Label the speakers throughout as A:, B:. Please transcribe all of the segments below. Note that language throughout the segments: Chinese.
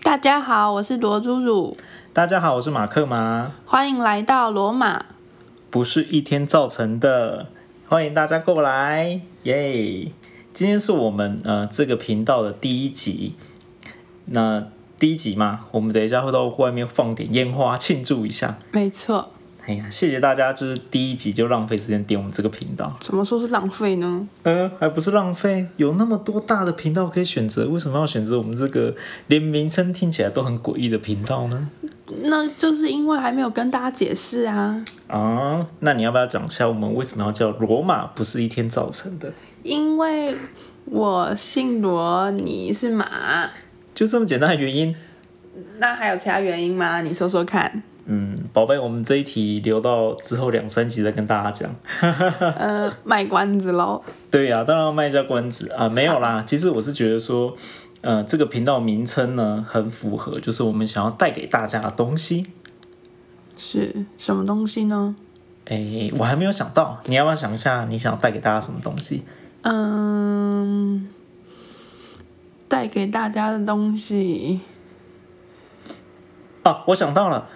A: 大家好，我是罗祖祖，
B: 大家好，我是马克麻，
A: 欢迎来到罗马。
B: 不是一天造成的，欢迎大家过来，耶！今天是我们呃这个频道的第一集，那第一集嘛，我们等一下会到外面放点烟花庆祝一下。
A: 没错，
B: 哎呀，谢谢大家，就是第一集就浪费时间点我们这个频道，
A: 怎么说是浪费呢？
B: 呃，还不是浪费，有那么多大的频道可以选择，为什么要选择我们这个连名称听起来都很诡异的频道呢？
A: 那就是因为还没有跟大家解释啊，
B: 啊，那你要不要讲一下我们为什么要叫罗马不是一天造成的？
A: 因为我姓罗，你是马，
B: 就这么简单的原因。
A: 那还有其他原因吗？你说说看。
B: 嗯，宝贝，我们这一题留到之后两三集再跟大家讲。
A: 呃，卖关子喽。
B: 对呀、当然要卖一下关子啊，没有啦。其实我是觉得说，呃，这个频道名称呢很符合，就是我们想要带给大家的东西。
A: 是什么东西呢？
B: 哎，我还没有想到，你要不要想一下，你想带给大家什么东西？
A: 嗯，带给大家的东西。
B: 啊，我想到了，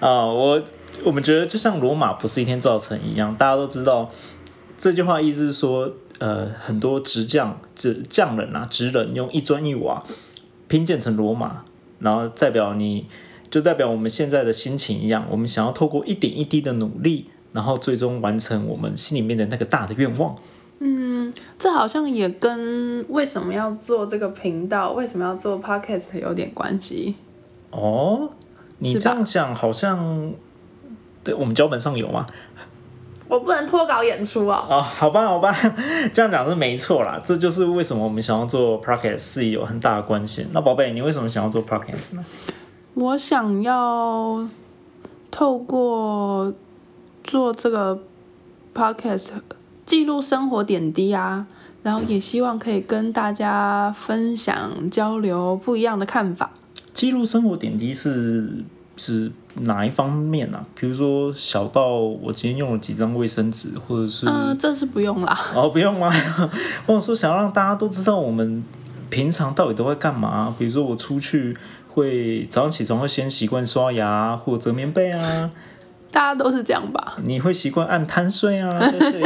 B: 啊，我我们觉得就像罗马不是一天造成一样，大家都知道这句话意思是说，呃，很多职匠、职匠人啊、职人用一砖一瓦拼建成罗马，然后代表你就代表我们现在的心情一样，我们想要透过一点一滴的努力，然后最终完成我们心里面的那个大的愿望。
A: 这好像也跟为什么要做这个频道，为什么要做 podcast 有点关系。
B: 哦，你
A: 是吧
B: 这样讲好像，对我们脚本上有吗？
A: 我不能脱稿演出啊、
B: 哦，好吧，好吧， 这样讲是没错啦。这就是为什么我们想要做 podcast 是有很大的关系。那宝贝，你为什么想要做 podcast 呢？
A: 我想要透过做这个 podcast 记录生活点滴啊，然后也希望可以跟大家分享交流不一样的看法。
B: 记录生活点滴是是哪一方面啊？比如说小到我今天用了几张卫生纸，或者是、
A: 嗯、这是不用啦。
B: 哦不用吗？ 或者说想要让大家都知道我们平常到底都在干嘛？比如说我出去会早上起床会先习惯刷牙或折棉被啊。
A: 大家都是这样吧？
B: 你会习惯按贪睡啊，再睡一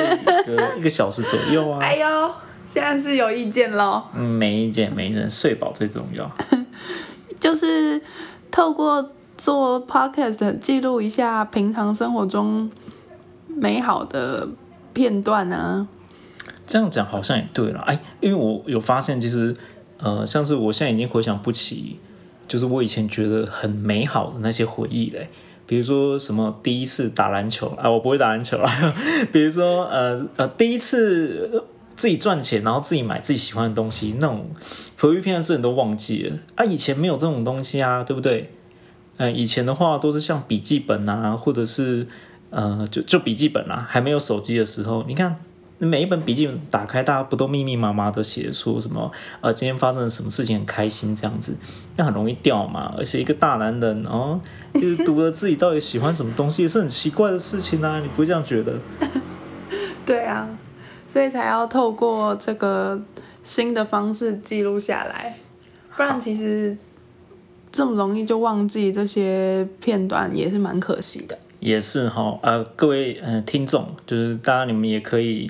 B: 个 一个小时左右啊。
A: 哎呦，现在是有意见喽。
B: 嗯，没意见，没意见，睡饱最重要。
A: 就是透过做 podcast 记录一下平常生活中美好的片段啊。
B: 这样讲好像也对了，哎，因为我有发现，其实，呃，像是我现在已经回想不起，就是我以前觉得很美好的那些回忆嘞，比如说什么第一次打篮球啊，我不会打篮球啊， 比如说呃呃第一次呃自己赚钱，然后自己买自己喜欢的东西，那种回忆片段真的都忘记了啊，以前没有这种东西啊，对不对？呃，以前的话都是像笔记本啊，或者是呃，就就笔记本啊，还没有手机的时候，你看每一本笔记本打开，大家不都密密麻麻的写说什么呃，今天发生了什么事情很开心这样子，那很容易掉嘛。而且一个大男人哦，就是读了自己到底喜欢什么东西，也是很奇怪的事情啊，你不会这样觉得？
A: 对啊，所以才要透过这个新的方式记录下来，不然其实这么容易就忘记这些片段也是蛮可惜的。
B: 也是哈，呃，各位呃听众，就是大家你们也可以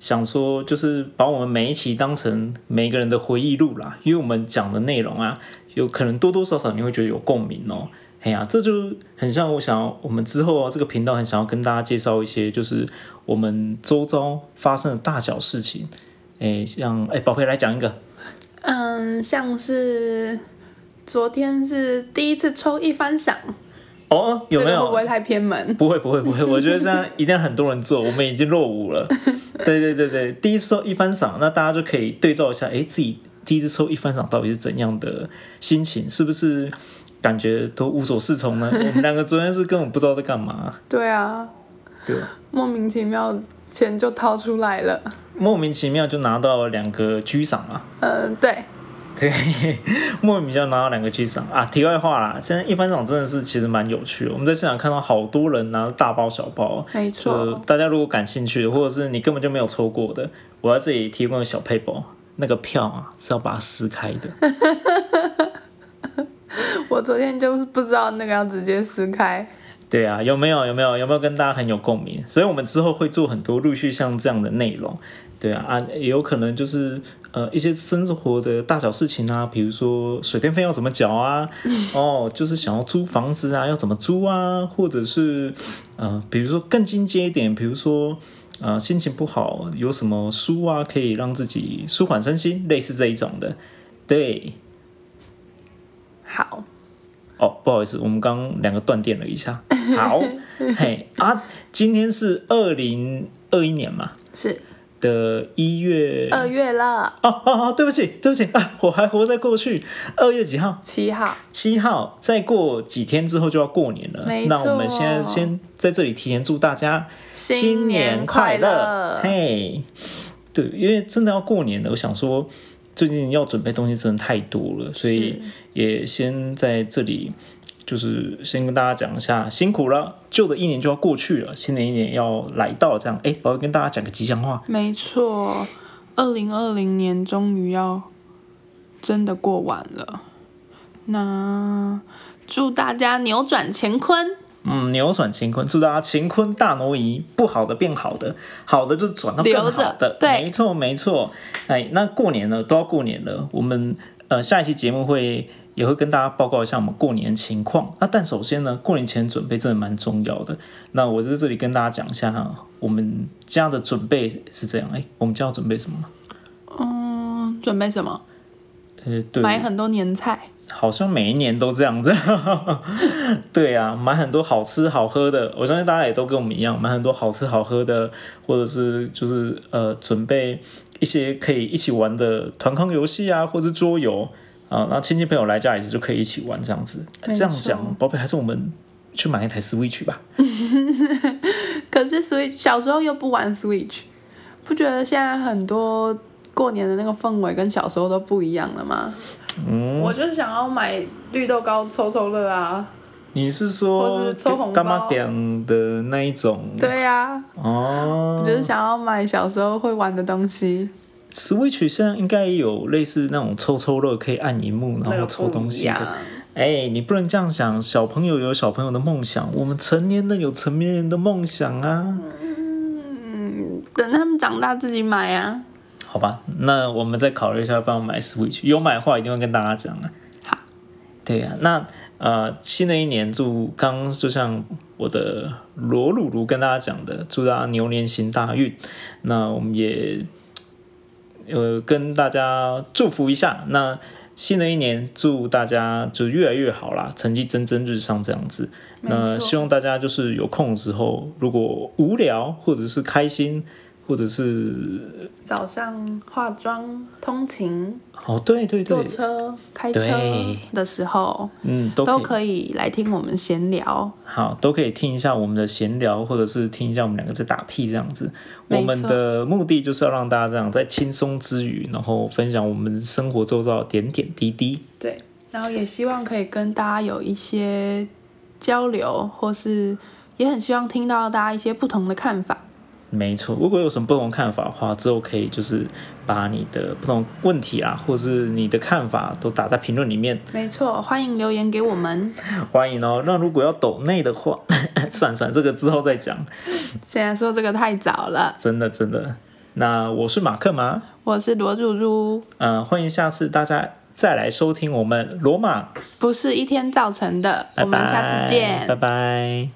B: 想说，就是把我们每一期当成每个人的回忆录啦，因为我们讲的内容啊，有可能多多少少你会觉得有共鸣哦。哎呀、这就很像我想要我们之后啊，这个频道很想要跟大家介绍一些，就是我们周遭发生的大小事情。哎，像哎，宝贝来讲一个，
A: 嗯，像是昨天是第一次抽一番赏，
B: 哦，有没
A: 这
B: 有？
A: 个会不会太偏门？
B: 不会不会不会，我觉得这样一定很多人做，我们已经落伍了。对对对对，第一次抽一番赏，那大家就可以对照一下，哎，自己第一次抽一番赏到底是怎样的心情，是不是感觉都无所适从呢？ 我们两个昨天是根本不知道在干嘛，
A: 对啊，
B: 对吧？
A: 莫名其妙钱就掏出来了。
B: 莫名其妙就拿到两个居赏啊，
A: 嗯，对，
B: 对，莫名其妙拿到两个 G 赏啊！题外话啦，现在一番赏真的是其实蛮有趣的。我们在现场看到好多人拿着大包小包，
A: 没错
B: 呃大家如果感兴趣，或者是你根本就没有抽过的，我在这里提供个小 paper，那个票啊是要把它撕开的。
A: 昨天就是不知道那个要直接撕开。
B: 对啊，有没有有没有有没有跟大家很有共鸣？所以我们之后会做很多陆续像这样的内容，对啊啊，也有可能就是呃一些生活的大小事情啊，比如说水电费要怎么缴啊，哦，就是想要租房子啊要怎么租啊，或者是呃比如说更进阶一点，比如说呃心情不好有什么书啊可以让自己舒缓身心，类似这一种的，对。
A: 好，
B: 哦，不好意思，我们刚两个断电了一 下。好，嘿啊，今天是二零二一年嘛
A: 是
B: 的一月。
A: 二月了，
B: 哦哦哦，对不起，对不起啊，我还活在过去。二月几号？
A: 七号。
B: 七号。再过几天之后就要过年了
A: 没，
B: 那我们
A: 错
B: 现在先在这里提前祝大家
A: 新年快乐
B: 嘿，对，因为真的要过年了，我想说最近要准备东西真的太多了，所以也先在这里就是先跟大家讲一下，辛苦了，旧的一年就要过去了，新的一年要来到了，这样，哎，宝宝跟大家讲个吉祥话，
A: 没错，二零二零年终于要真的过完了。那祝大家扭转乾坤，
B: 嗯，扭转乾坤，祝大家乾坤大挪移，不好的变好的，好的就转到更好
A: 留着
B: 的，
A: 对
B: 没错没错。哎，那过年了，都要过年了，我们呃下一期节目会也会跟大家报告一下我们过年情况。那、但首先呢，过年前准备真的蛮重要的。那我在这里跟大家讲一下哈，我们家的准备是这样，哎，我们家要准备什么吗？
A: 嗯，准备什么？
B: 呃，对，
A: 买很多年菜，
B: 好像每一年都这样子。 对啊，买很多好吃好喝的，我相信大家也都跟我们一样，买很多好吃好喝的，或者是就是呃准备一些可以一起玩的团康游戏啊，或是桌游啊，那亲戚朋友来家里就可以一起玩这样子。
A: 没
B: 这样
A: 错
B: 讲，宝贝，还是我们去买一台 Switch 吧。
A: 可是 Switch 小时候又不玩 Switch，不觉得现在很多过年的那个氛围跟小时候都不一样了吗？嗯，我就是想要买绿豆糕抽抽乐啊。
B: 你是说
A: 或是抽红包
B: 干嘛点的那一种？
A: 对呀、
B: 哦，
A: 我就是想要买小时候会玩的东西。
B: Switch 现在应该也有类似那种抽抽乐，可以按荧幕然
A: 那
B: 后
A: 个
B: 抽东
A: 不一
B: 西的。
A: 样。
B: 哎、你不能这样想，小朋友有小朋友的梦想，我们成年人有成年人的梦想啊。
A: 等他们长大自己买啊。
B: 好吧，那我们再考虑一下，帮我买 Switch。有买的话，一定会跟大家讲啊。
A: 好，
B: 对呀、那呃，新的一年祝刚就像我的罗鲁鲁跟大家讲的，祝大家牛年行大运。那我们也呃跟大家祝福一下。那新的一年祝大家就越来越好啦，成绩蒸蒸日上这样子。
A: 没错
B: 那希望大家就是有空的时候，如果无聊或者是开心，或者是
A: 早上化妆、通勤、
B: 哦，对对对
A: 坐，车、开车
B: 对
A: 的时候，
B: 嗯，都可
A: 都
B: 以
A: 可以来听我们闲聊。
B: 好，都可以听一下我们的闲聊，或者是听一下我们两个在打屁这样子。
A: 没
B: 我
A: 错
B: 们的目的就是要让大家这样在轻松之余，然后分享我们生活周遭的点点滴滴。
A: 对，然后也希望可以跟大家有一些交流，或是也很希望听到大家一些不同的看法。
B: 没错，如果有什么不同看法的话，之后可以就是把你的不同问题啊，或是你的看法都打在评论里面，
A: 没错，欢迎留言给我们。
B: 欢迎哦。那如果要抖内的话， 算算这个之后再讲，
A: 虽然说这个太早了，
B: 真的真的。那我是马克马，
A: 我是罗如如，
B: 呃，欢迎下次大家再来收听我们罗马
A: 不是一天造成的。我们下次见，
B: 拜拜。